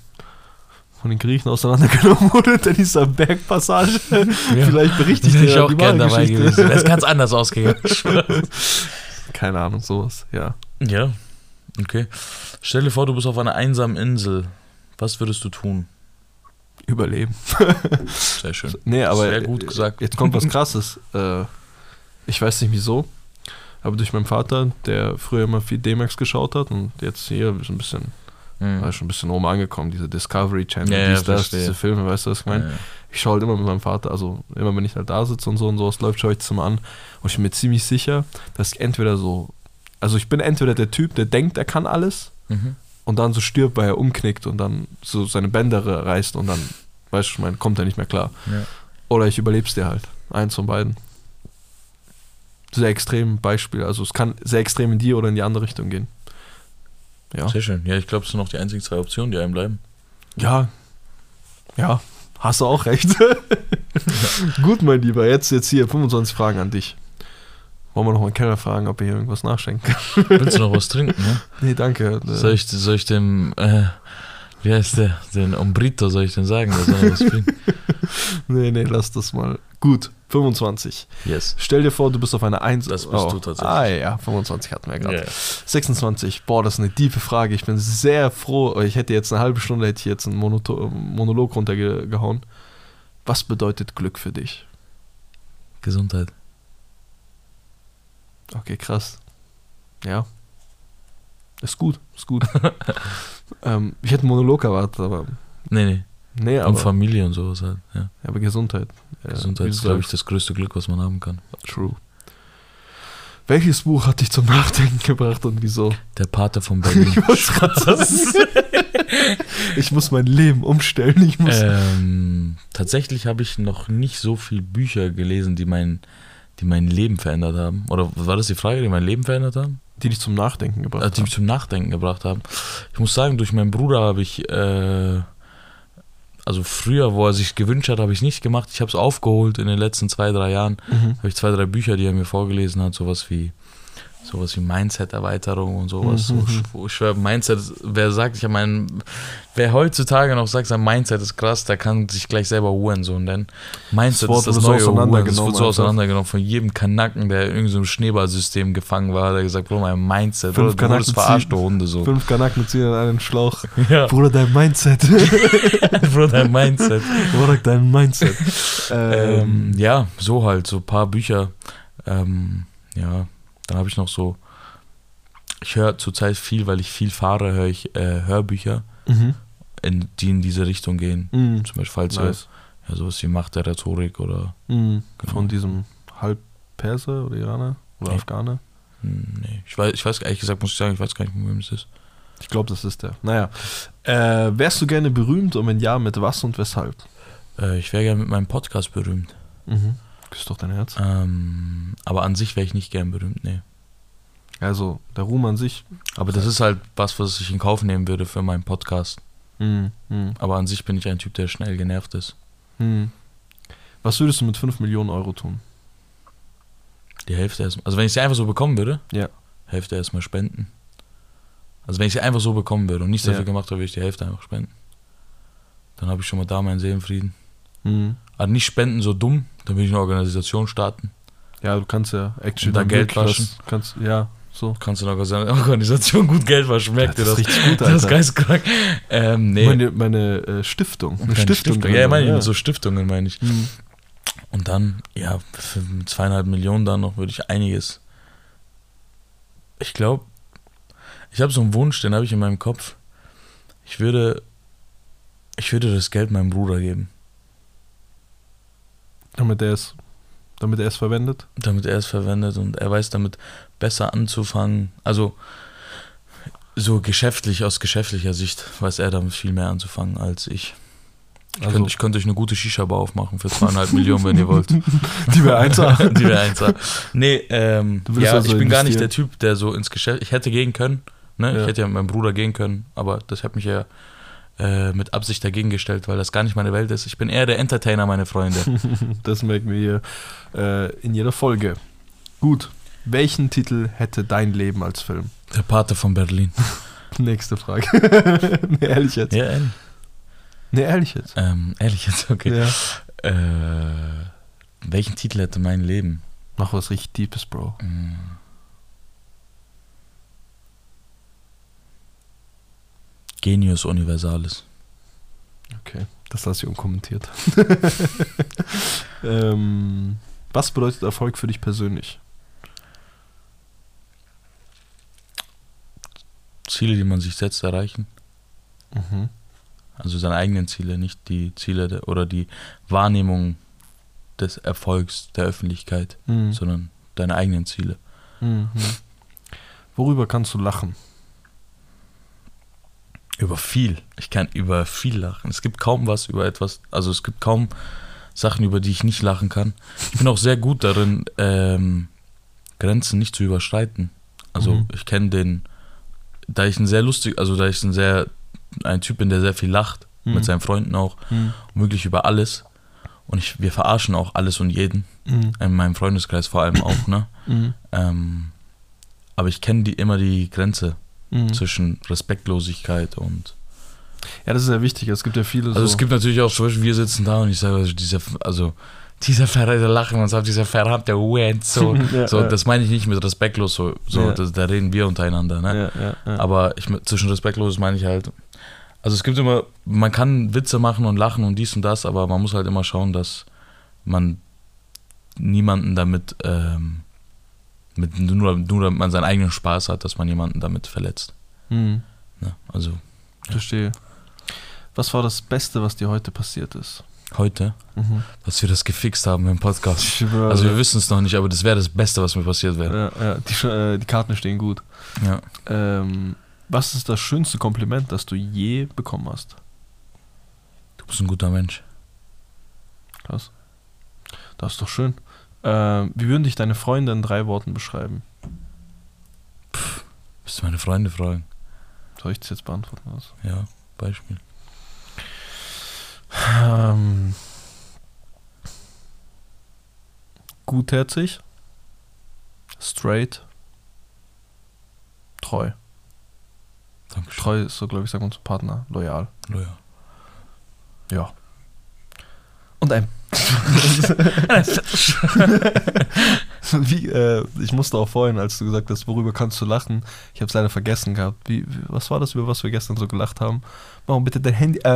von den Griechen auseinandergenommen wurde, in dieser Bergpassage. vielleicht berichte ich Wäre dir ich ja auch die gern wahre dabei Geschichte. gewesen. Das ist ganz anders ausgegangen. Keine Ahnung, sowas, ja. ja, okay. Stell dir vor, du bist auf einer einsamen Insel. Was würdest du tun? Überleben. Sehr schön. Nee, aber Sehr gut gesagt. jetzt kommt was Krasses. Äh, ich weiß nicht wieso, aber durch meinen Vater, der früher immer viel D-Max geschaut hat und jetzt hier so ein bisschen war Mhm. schon ein bisschen oben angekommen, diese Discovery Channel, Ja, ja, dies, das, verstehe. diese Filme, weißt du, was ich meine? Ja. Ich schaue halt immer mit meinem Vater, also immer wenn ich halt da sitze und so und sowas läuft, schaue ich das immer an und ich bin mir ziemlich sicher, dass ich entweder so, also ich bin entweder der Typ, der denkt, er kann alles Mhm. und dann so stirbt, weil er umknickt und dann so seine Bänder reißt und dann, weißt du, ich meine, kommt er nicht mehr klar. Ja. Oder ich überleb's dir halt. Eins von beiden. Sehr extrem Beispiel, also es kann sehr extrem in die oder in die andere Richtung gehen. Ja. Sehr schön. Ja, ich glaube, es sind noch die einzigen zwei Optionen, die einem bleiben. Ja. Ja, hast du auch recht. Gut, mein Lieber, jetzt, jetzt hier 25 Fragen an dich. Wollen wir noch mal einen Keller fragen, ob er hier irgendwas nachschenken kann? Willst du noch was trinken? Ne? Nee, danke. Äh, Soll, ich, soll ich dem, äh, wie heißt der, den Ombrito, soll ich den sagen? dass er was bringt? Nee, nee, lass das mal. Gut, 25. yes. Stell dir vor, du bist auf einer 1. Das bist du tatsächlich. Ah ja, 25 hatten wir gerade. Ja. 26. Boah, das ist eine tiefe Frage. Ich bin sehr froh. Oh, Ich hätte jetzt eine halbe Stunde, hätte ich jetzt einen Monoto Monolog runtergehauen. Was bedeutet Glück für dich? Gesundheit. Okay, krass. Ja. Ist gut, ist gut. ähm, ich hätte einen Monolog erwartet, aber. Nee, nee. Nee, um aber, Familie und sowas halt. Ja. aber Gesundheit. Äh, Gesundheit wie ist, du glaube ich, sagst. das größte Glück, was man haben kann. True. Welches Buch hat dich zum Nachdenken gebracht und wieso? Der Pate von Berlin. ich muss mein Leben umstellen. Ich muss. ähm, tatsächlich habe ich noch nicht so viele Bücher gelesen, die mein, die mein Leben verändert haben. Oder war das die Frage, die mein Leben verändert haben? Die dich zum Nachdenken gebracht Äh, die mich zum Nachdenken gebracht haben. Ich muss sagen, durch meinen Bruder habe ich, äh, also früher, wo er sich gewünscht hat, habe ich es nicht gemacht. Ich habe es aufgeholt in den letzten zwei, drei Jahren. haben. Mhm. Habe ich zwei, drei Bücher, die er mir vorgelesen hat, sowas wie sowas wie Mindset-Erweiterung und sowas. Mhm. So, wo ich schwör, Mindset, wer sagt, ich habe meinen, wer heutzutage noch sagt, sein Mindset ist krass, der kann sich gleich selber Hurensohn nennen. Das Mindset Wort ist das wurde so neue Hurensohn. Das auseinandergenommen wird so einfach. auseinandergenommen von jedem Kanacken, der in irgendeinem Schneeballsystem gefangen war, der gesagt, Bro, mein Fünf Mindset, Bro, du wurdest Kanaken verarscht, du Hunde, so. Fünf Kanaken ziehen an einen Schlauch. Ja, Bruder, dein Mindset. Bro, dein Mindset. Bruder, dein Mindset. Ähm, ähm, ja, so halt, so ein paar Bücher. Ähm, ja, dann habe ich noch so. Ich höre zurzeit viel, weil ich viel fahre, höre ich äh, Hörbücher, mhm. in, die in diese Richtung gehen. Mhm. Zum Beispiel, falls Nice. ihr, ja, sowas wie Macht der Rhetorik oder. Mhm. Genau. Von diesem Halbperser oder Iraner oder Nee. Afghaner. Hm, Nee, ich weiß, ich weiß, ehrlich gesagt, muss ich sagen, ich weiß gar nicht, mit wem es ist. Ich glaube, das ist der. Naja. Äh, wärst du gerne berühmt und wenn ja, mit was und weshalb? Äh, ich wäre gerne mit meinem Podcast berühmt. Mhm. Küsst doch dein Herz. Ähm, aber an sich wäre ich nicht gern berühmt, nee. Also, der Ruhm an sich. Aber das ist halt was, was ich in Kauf nehmen würde für meinen Podcast. Mhm. Mhm. Aber an sich bin ich ein Typ, der schnell genervt ist. Mhm. Was würdest du mit 5 Millionen Euro tun? Die Hälfte erstmal. Also wenn ich sie einfach so bekommen würde, Ja. Hälfte erstmal spenden. Also wenn ich sie einfach so bekommen würde und nichts Ja. dafür gemacht habe, würde ich die Hälfte einfach spenden. Dann habe ich schon mal da meinen Seelenfrieden. Mhm. Also nicht spenden so dumm, dann will ich eine Organisation starten. Ja, du kannst ja Action Und dann Geld waschen. Kannst, kannst, ja, so. Du kannst in einer Organ- Organisation gut Geld waschen, merkt ihr ist das? richtig gut, Das ist Alter. geistkrank. Ähm, nee. Meine, meine äh, Stiftung. Eine Keine Ja, gründen, ja, meine ich, mit so Stiftungen meine ich. Mhm. Und dann, ja, für zweieinhalb Millionen dann noch würde ich einiges. Ich glaube, ich habe so einen Wunsch, den habe ich in meinem Kopf. Ich würde, ich würde das Geld meinem Bruder geben, Damit er es, damit er es verwendet. damit er es verwendet und er weiß damit besser anzufangen. Also so geschäftlich, aus geschäftlicher Sicht weiß er damit viel mehr anzufangen als ich. Ich, Also- könnte, ich könnte euch eine gute Shisha-Bar aufmachen für zweieinhalb Millionen, wenn ihr wollt. Die wäre eins. die wäre eins. Nee, ähm, Du willst ja, also ich bin gar investieren. nicht der Typ, der so ins Geschäft. Ich hätte gehen können. Ne? Ja. Ich hätte ja mit meinem Bruder gehen können, aber das hat mich ja äh, mit Absicht dagegen gestellt, weil das gar nicht meine Welt ist. Ich bin eher der Entertainer, meine Freunde. Das merken wir hier äh, in jeder Folge. Gut. Welchen Titel hätte dein Leben als Film? der Pate von Berlin. Nächste Frage. nee, ehrlich jetzt. Ja, ehrlich. Nee, ehrlich jetzt. Ähm, ehrlich jetzt, okay. Ja. Äh, welchen Titel hätte mein Leben? Mach was richtig Deepes, Bro. Hm. Genius Universalis. Das lasse ich unkommentiert. ähm, was bedeutet Erfolg für dich persönlich? Ziele, die man sich setzt, erreichen. Mhm. Also seine eigenen Ziele, nicht die Ziele der, oder die Wahrnehmung des Erfolgs der Öffentlichkeit, Mhm. sondern deine eigenen Ziele. Mhm. Worüber kannst du lachen? Über viel. Ich kann über viel lachen. Es gibt kaum was über etwas, also es gibt kaum Sachen, über die ich nicht lachen kann. Ich bin auch sehr gut darin, ähm, Grenzen nicht zu überschreiten. Also Mhm. ich kenne den, da ich ein sehr lustig, also da ich ein sehr, ein Typ bin, der sehr viel lacht, Mhm. mit seinen Freunden auch, Mhm. wirklich über alles. Und ich, wir verarschen auch alles und jeden. in meinem Freundeskreis vor allem auch, ne? Mhm. Ähm, aber ich kenne die, immer die Grenze Mhm. zwischen Respektlosigkeit und. Ja, das ist ja wichtig. Es gibt ja viele Also so. es gibt natürlich auch, zum Beispiel, wir sitzen da und ich sage, also dieser, also dieser verräter lachen und sagt, dieser verrammte so. ja, so ja. das meine ich nicht mit respektlos, so, so Ja. das, da reden wir untereinander, ne? ja, ja, ja. Aber ich, mit- zwischen respektlos meine ich halt. Also es gibt immer, man kann Witze machen und lachen und dies und das, aber man muss halt immer schauen, dass man niemanden damit ähm, Mit, nur, nur damit man seinen eigenen Spaß hat, dass man jemanden damit verletzt. Hm, Ne? Also verstehe. Was war das Beste, was dir heute passiert ist? heute, Mhm. dass wir das gefixt haben im Podcast. schwöre. Also wir wissen es noch nicht, aber das wäre das Beste, was mir passiert wäre. ja, ja, die, Sch- äh, die Karten stehen gut. Ja. Ähm, was ist das schönste Kompliment, das du je bekommen hast? Du bist ein guter Mensch. Krass. Das ist doch schön. Ähm, wie würden dich deine Freunde in drei Worten beschreiben? Bist du meine Freunde fragen? Soll ich das jetzt beantworten? Also? Ja, Beispiel. Ähm, gutherzig. Straight. Treu. Dankeschön. Oh Treu ist so, glaube ich, sagen uns Partner. Loyal. Loja. Ja. Und ein. wie, äh, ich musste auch vorhin, als du gesagt hast, worüber kannst du lachen? Ich habe es leider vergessen gehabt. Wie, wie, was war das, über was wir gestern so gelacht haben? Warum bitte dein Handy? Äh,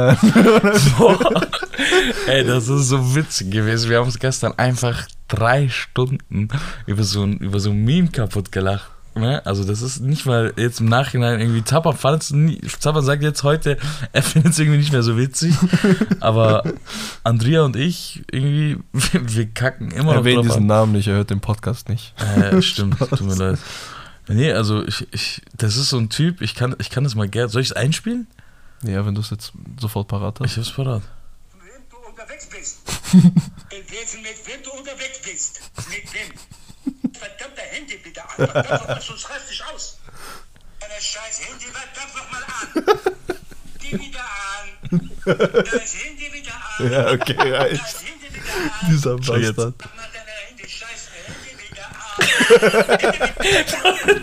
Ey, das ist so witzig gewesen. Wir haben uns gestern einfach drei Stunden über so ein, über so ein Meme kaputt gelacht. Ne? Also das ist nicht mal jetzt im Nachhinein irgendwie Zappa fand es nie- Zappa sagt jetzt heute, er findet es irgendwie nicht mehr so witzig. Aber Andrea und ich, irgendwie, wir, wir kacken immer noch Erwähnt drauf diesen ab. Namen nicht, er hört den Podcast nicht. Äh, stimmt, tut mir leid. Nee, also ich, ich, das ist so ein Typ, ich kann, ich kann das mal gerne. Soll ich es einspielen? Ja, wenn du es jetzt sofort parat hast. Ich hab's parat. wem du unterwegs bist. Wir wissen, mit wem du unterwegs bist. Mit wem? Verdammte Handy bitte an. Verdammt noch mal, sonst reiß dich aus. Deine scheiß Handy, verdammt noch mal an. Geh wieder an. Das Handy wieder an. Ja, okay, reicht. Das Handy wieder an. Dieser Bastard. Mach mal deine Handy, scheiß Handy wieder an.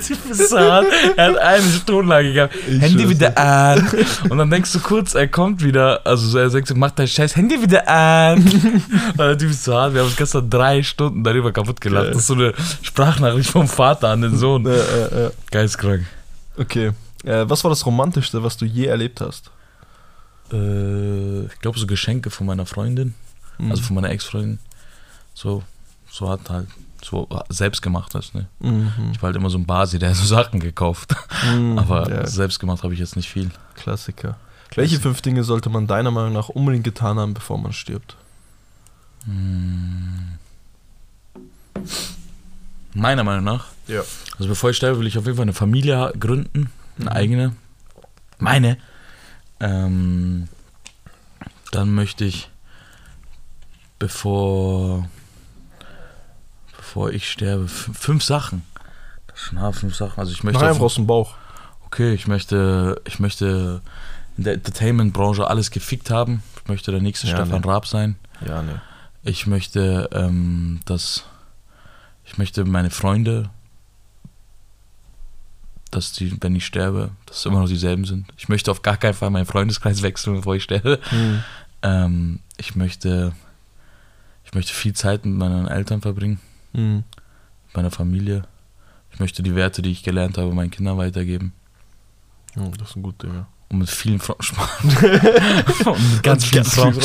Typ ist so hart. Er hat eine Tonlage gehabt. Handy schwör's wieder an. Und dann denkst du kurz, er kommt wieder. Also so, er sagt, so, mach dein scheiß Handy wieder an. Und der Typ ist so hart. Wir haben uns gestern drei Stunden darüber kaputt gelacht. Das ist so eine Sprachnachricht vom Vater an den Sohn. Äh, äh, äh. Geistkrank. Okay. Äh, was war das Romantischste, was du je erlebt hast? Äh, ich glaube, so Geschenke von meiner Freundin. Hm. Also Mhm. von meiner Ex-Freundin. So, so hat halt, so selbst gemacht, weißt du, ne? Mhm. Hm. Ich war halt immer so ein Basi, der hat so Sachen gekauft. Aber ja. selbst gemacht habe ich jetzt nicht viel. Klassiker. Welche fünf Dinge sollte man deiner Meinung nach unbedingt getan haben, bevor man stirbt? Meiner Meinung nach. Ja. Also bevor ich sterbe, will ich auf jeden Fall eine Familie ha- gründen. Eine Mhm. eigene. Meine. Ähm, dann möchte ich, bevor, bevor ich sterbe, f- fünf Sachen. Das sind ja fünf Sachen. Also ich möchte. Nein, auf- einfach aus dem Bauch. Okay, ich möchte, ich möchte in der Entertainment-Branche alles gefickt haben. Ich möchte der nächste Ja, Stefan ne. Raab sein. Ja, ne. Ich möchte, ähm, dass ich möchte meine Freunde, dass die, wenn ich sterbe, dass es immer noch dieselben sind. Ich möchte auf gar keinen Fall meinen Freundeskreis wechseln, bevor ich sterbe. Hm. Ähm, ich möchte, ich möchte viel Zeit mit meinen Eltern verbringen, Mhm. mit meiner Familie. Ich möchte die Werte, die ich gelernt habe, meinen Kindern weitergeben. Ja, Oh, das sind gute Dinge. Und mit vielen Frauen Und mit ganz vielen Frauen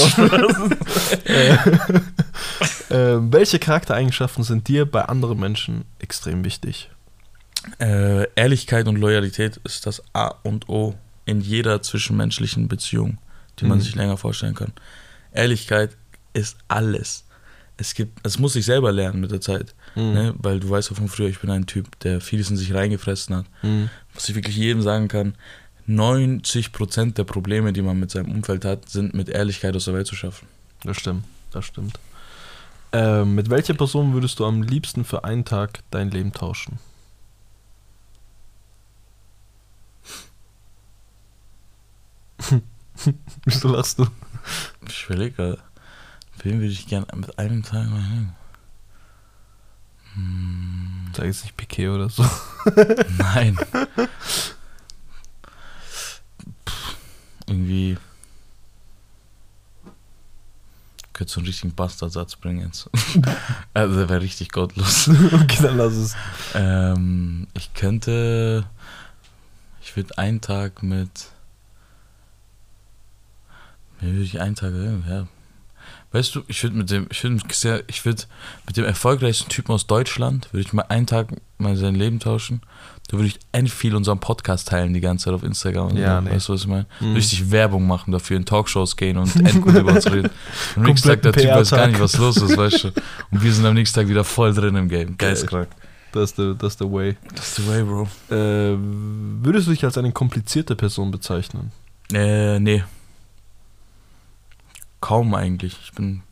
Ähm, welche Charaktereigenschaften sind dir bei anderen Menschen extrem wichtig? Äh, Ehrlichkeit und Loyalität ist das A und O in jeder zwischenmenschlichen Beziehung, die man Mhm. sich länger vorstellen kann. Ehrlichkeit ist alles. Es gibt, es muss ich selber lernen mit der Zeit, Hm. ne? weil du weißt ja von früher, ich bin ein Typ, der vieles in sich reingefressen hat. Mhm. Was ich wirklich jedem sagen kann, 90% der Probleme, die man mit seinem Umfeld hat, sind mit Ehrlichkeit aus der Welt zu schaffen. Das stimmt, das stimmt. Ähm, mit welcher Person würdest du am liebsten für einen Tag dein Leben tauschen? Wieso lachst du? Ich überlege gerade, wen würde ich gerne mit einem Tag mal hängen? Sag jetzt nicht Piquet oder so. Nein. Pff, Irgendwie. Ich könnte so einen richtigen Bastardsatz bringen jetzt. also, der wäre richtig gottlos. okay, dann lass es. ähm, ich könnte. Ich würde einen Tag mit. Mir würde ich einen Tag. Ja. Weißt du, ich würde mit dem, ich würde sehr, ich würde mit dem erfolgreichsten Typen aus Deutschland, würde ich mal einen Tag mal sein Leben tauschen. Da würde ich end viel unseren Podcast teilen die ganze Zeit auf Instagram. und Ja, so. nee. Hm. Weißt du, was ich meine? Richtig Werbung machen dafür, in Talkshows gehen und end gut über uns reden. Am nächsten Tag, der Typ Kompletten weiß gar nicht, PR-Tag. was los ist, weißt du. Und wir sind am nächsten Tag wieder voll drin im Game. Geistkrank. Das ist der, das ist der Way. Das ist the way, Bro. Äh, würdest du dich als eine komplizierte Person bezeichnen? Äh, nee. Kaum eigentlich. Ich bin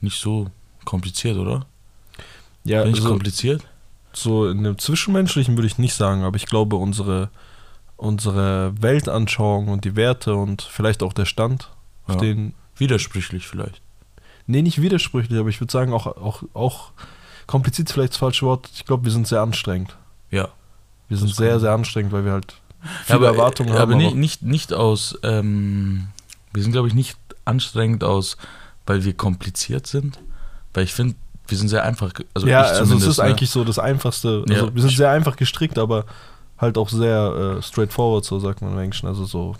nicht so kompliziert, oder? Ja, Bin ich also, kompliziert? so in dem Zwischenmenschlichen würde ich nicht sagen, aber ich glaube, unsere, unsere Weltanschauung und die Werte und vielleicht auch der Stand, auf Ja. den Widersprüchlich vielleicht. Nee, nicht widersprüchlich, aber ich würde sagen, auch, auch, auch kompliziert ist vielleicht das falsche Wort. Ich glaube, wir sind sehr anstrengend. Ja. Wir sind Das sehr, kann- sehr anstrengend, weil wir halt viele Erwartungen aber haben. nicht, nicht, nicht aus, ähm, wir sind, glaube ich, nicht anstrengend aus, weil wir kompliziert sind. Weil ich finde, wir sind sehr einfach. ge- Also ja, ich also es zumindest, ist ne? eigentlich so das Einfachste. Also Ja. wir sind sehr einfach gestrickt, aber halt auch sehr äh, straightforward, so sagt man im Englischen. Also so,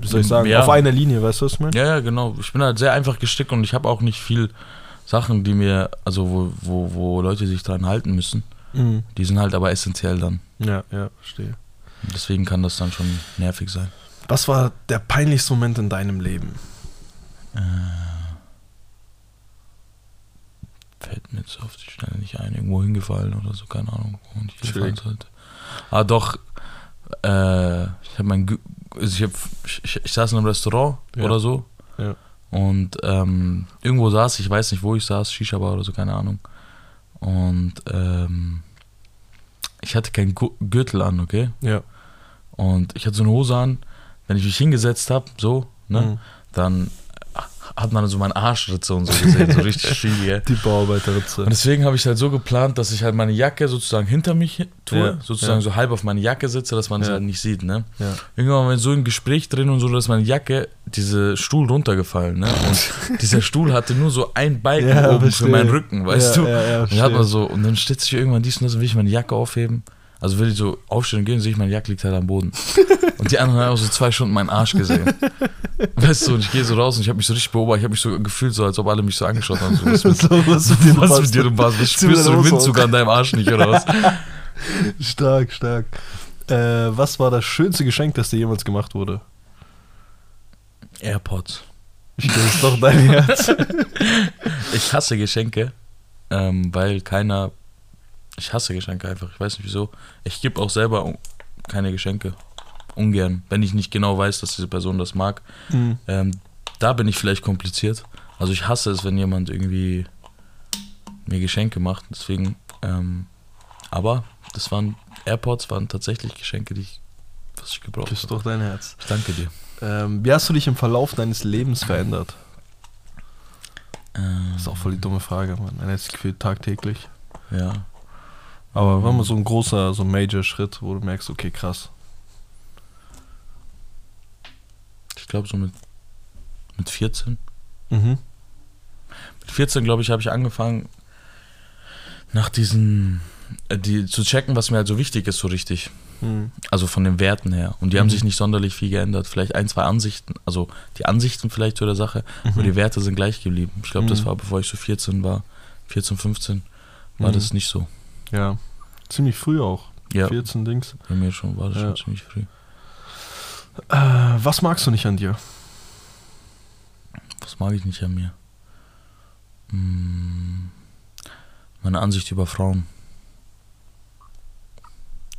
wie soll ich sagen, Mm, Ja. auf einer Linie, weißt du, was ich meine? Ja, ja, genau. Ich bin halt sehr einfach gestickt und ich habe auch nicht viel Sachen, die mir, also wo, wo, wo Leute sich dran halten müssen. Mhm. Die sind halt aber essentiell dann. Ja, ja, verstehe. Deswegen kann das dann schon nervig sein. Was war der peinlichste Moment in deinem Leben? Fällt mir jetzt auf die Schnelle nicht ein. Irgendwo hingefallen oder so, keine Ahnung, wo ich Schön. hinfallen sollte. Ah, doch. Äh, ich habe mein. Gü- Also ich, hab, ich, ich, ich saß in einem Restaurant Ja. oder so. Ja. Und ähm, irgendwo saß ich, ich weiß nicht, wo ich saß, Shisha-Bar oder so, keine Ahnung. Und ähm, ich hatte keinen Gu- Gürtel an, okay? Ja. Und ich hatte so eine Hose an. Wenn ich mich hingesetzt habe, so, ne, Mhm. dann hat man so meine Arschritze und so gesehen, so richtig schwierig. Die gell? Bauarbeiterritze. Und deswegen habe ich halt so geplant, dass ich halt meine Jacke sozusagen hinter mich hin- tue, Ja, ja. sozusagen so halb auf meine Jacke sitze, dass man es Ja. halt nicht sieht, ne? Ja. Irgendwann war ich so im Gespräch drin und so, dass meine Jacke, diese Stuhl runtergefallen, ne? Und dieser Stuhl hatte nur so ein Balken Ja, oben verstehe. für meinen Rücken, weißt Ja, du? ja, ja, und dann hat verstehe. man so, und dann steht sich irgendwann dies und das und will ich meine Jacke aufheben. Also will ich so aufstehen und gehen, sehe ich, meine Jacke liegt halt am Boden. Und die anderen haben auch so zwei Stunden meinen Arsch gesehen. Weißt du, und ich gehe so raus und ich habe mich so richtig beobachtet, ich habe mich so gefühlt, so als ob alle mich so angeschaut haben. So, was ist mit So, was mit dir was passt. mit dir, du Bastard? Zieh mir Spürst du deine den Hose Wind aus. sogar an deinem Arsch nicht, oder was? Stark, stark. Äh, was war das schönste Geschenk, das dir jemals gemacht wurde? AirPods. Ich glaube, es ist doch dein Herz. Ich hasse Geschenke, ähm, weil keiner. Ich hasse Geschenke einfach. Ich weiß nicht wieso. Ich gebe auch selber un- keine Geschenke. Ungern. Wenn ich nicht genau weiß, dass diese Person das mag. Ähm, da bin ich vielleicht kompliziert. Also ich hasse es, wenn jemand irgendwie mir Geschenke macht. Deswegen. Ähm, aber das waren AirPods waren tatsächlich Geschenke, die ich, was ich gebraucht Das ist habe. doch dein Herz. Ich danke dir. Ähm, wie hast du dich im Verlauf deines Lebens verändert? Ähm, Das ist auch voll die dumme Frage, man. Man hätte das Gefühl tagtäglich. Äh, ja. Aber war mal so ein großer, so ein Major-Schritt, wo du merkst, okay, krass. Ich glaube so mit, mit 14. Mhm. Mit 14, glaube ich, habe ich angefangen, nach diesen, äh, die zu checken, was mir halt so wichtig ist, so richtig. Mhm. Also von den Werten her. Und die haben Mhm. sich nicht sonderlich viel geändert. Vielleicht ein, zwei Ansichten, also die Ansichten vielleicht zu der Sache, aber die Werte sind gleich geblieben. Ich glaube, das Mhm. war, bevor ich so 14 war, 14, 15, war Mhm. das nicht so. Ja. Ziemlich früh auch. Ja, 14 Dings. bei mir schon war das Ja. schon ziemlich früh. Äh, was magst du nicht an dir? Was mag ich nicht an mir? Hm, Meine Ansicht über Frauen.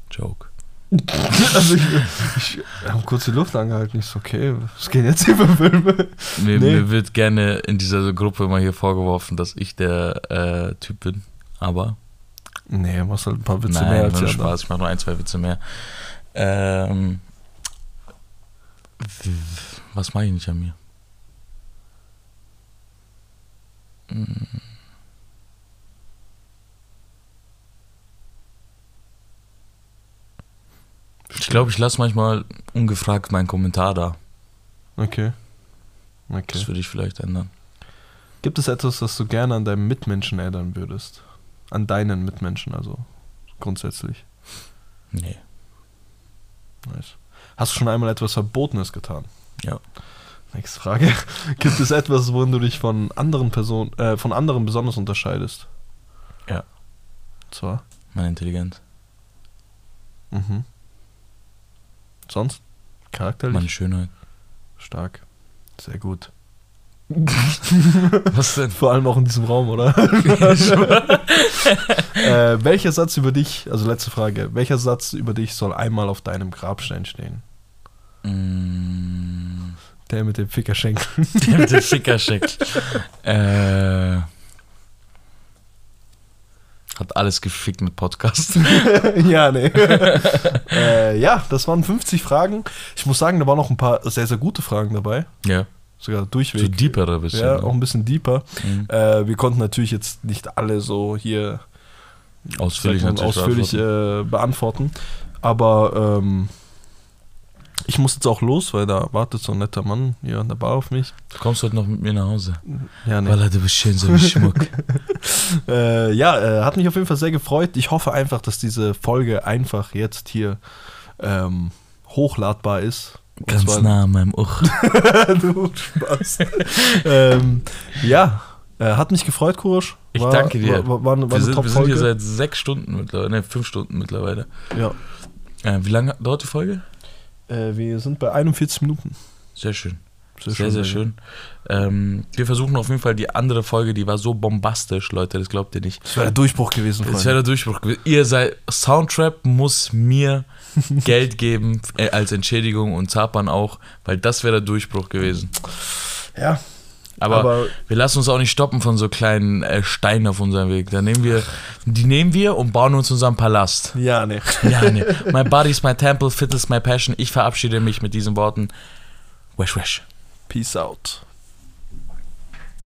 Joke. also ich, ich, ich habe kurz die Luft angehalten. Ich so, okay, was gehen jetzt hier für Filme? Nee. Mir, mir wird gerne in dieser Gruppe immer hier vorgeworfen, dass ich der äh, Typ bin. Aber Nee, machst halt ein paar Witze nein, mehr als nur die anderen. Spaß. Ich mache nur ein, zwei Witze mehr. Ähm, w- was mache ich nicht an mir? Hm. Ich glaube, ich lasse manchmal ungefragt meinen Kommentar da. Okay. Okay. Das würde ich vielleicht ändern. Gibt es etwas, das du gerne an deinem Mitmenschen ändern würdest? An deinen Mitmenschen, also grundsätzlich. Nee. Nice. Hast du schon einmal etwas Verbotenes getan? Ja. Nächste Frage. Gibt es etwas, worin du dich von anderen Personen, äh, von anderen besonders unterscheidest? Ja. Und Zwar? Meine Intelligenz, Mhm. Sonst? Charakterlich? meine Schönheit. Stark. Sehr gut. Was denn? Vor allem auch in diesem Raum, oder? äh, welcher Satz über dich, also letzte Frage, welcher Satz über dich soll einmal auf deinem Grabstein stehen? Mm, Der mit dem Fickerschenkel. der mit dem Ficker schickt. Äh, hat alles gefickt mit Podcast. ja, nee. äh, ja, das waren 50 Fragen. Ich muss sagen, da waren noch ein paar sehr, sehr gute Fragen dabei. ja. Sogar durchweg. So deeperer bisschen. ja, ne? auch ein bisschen deeper. Mhm. Äh, wir konnten natürlich jetzt nicht alle so hier Ausführlich sagt man, ausführlich natürlich. beantworten. äh, beantworten. Aber ähm, ich muss jetzt auch los, weil da wartet so ein netter Mann hier an der Bar auf mich. Du kommst heute noch mit mir nach Hause. Ja, nee. Weil du bist schön so wie Schmuck. äh, ja äh, hat mich auf jeden Fall sehr gefreut. Ich hoffe einfach, dass diese Folge einfach jetzt hier ähm, hochladbar ist. Und Ganz zwar- nah an meinem Uch. du Spaß. ähm, ja, äh, hat mich gefreut, Kurosch. Ich danke dir. War, war, war, eine- war Wir eine sind, wir sind Top-Folge. hier seit sechs Stunden mittlerweile, ne, fünf Stunden mittlerweile. ja. Äh, wie lange dauert die Folge? äh, wir sind bei 41 Minuten. Sehr schön. Sehr, sehr schön. Ähm, wir versuchen auf jeden Fall die andere Folge, die war so bombastisch, Leute, das glaubt ihr nicht. Das wäre der Durchbruch gewesen, Das wäre der Durchbruch. gewesen. Ihr seid, Soundtrap muss mir Geld geben äh, als Entschädigung und Zapan auch, weil das wäre der Durchbruch gewesen. Ja, Aber, Aber- wir lassen uns auch nicht stoppen von so kleinen äh, Steinen auf unserem Weg. Da nehmen wir, die nehmen wir und bauen uns unseren Palast. ja, ne. Ja, nee. My body is my temple, fit is my passion. Ich verabschiede mich mit diesen Worten. Wesh, wesh. Peace out.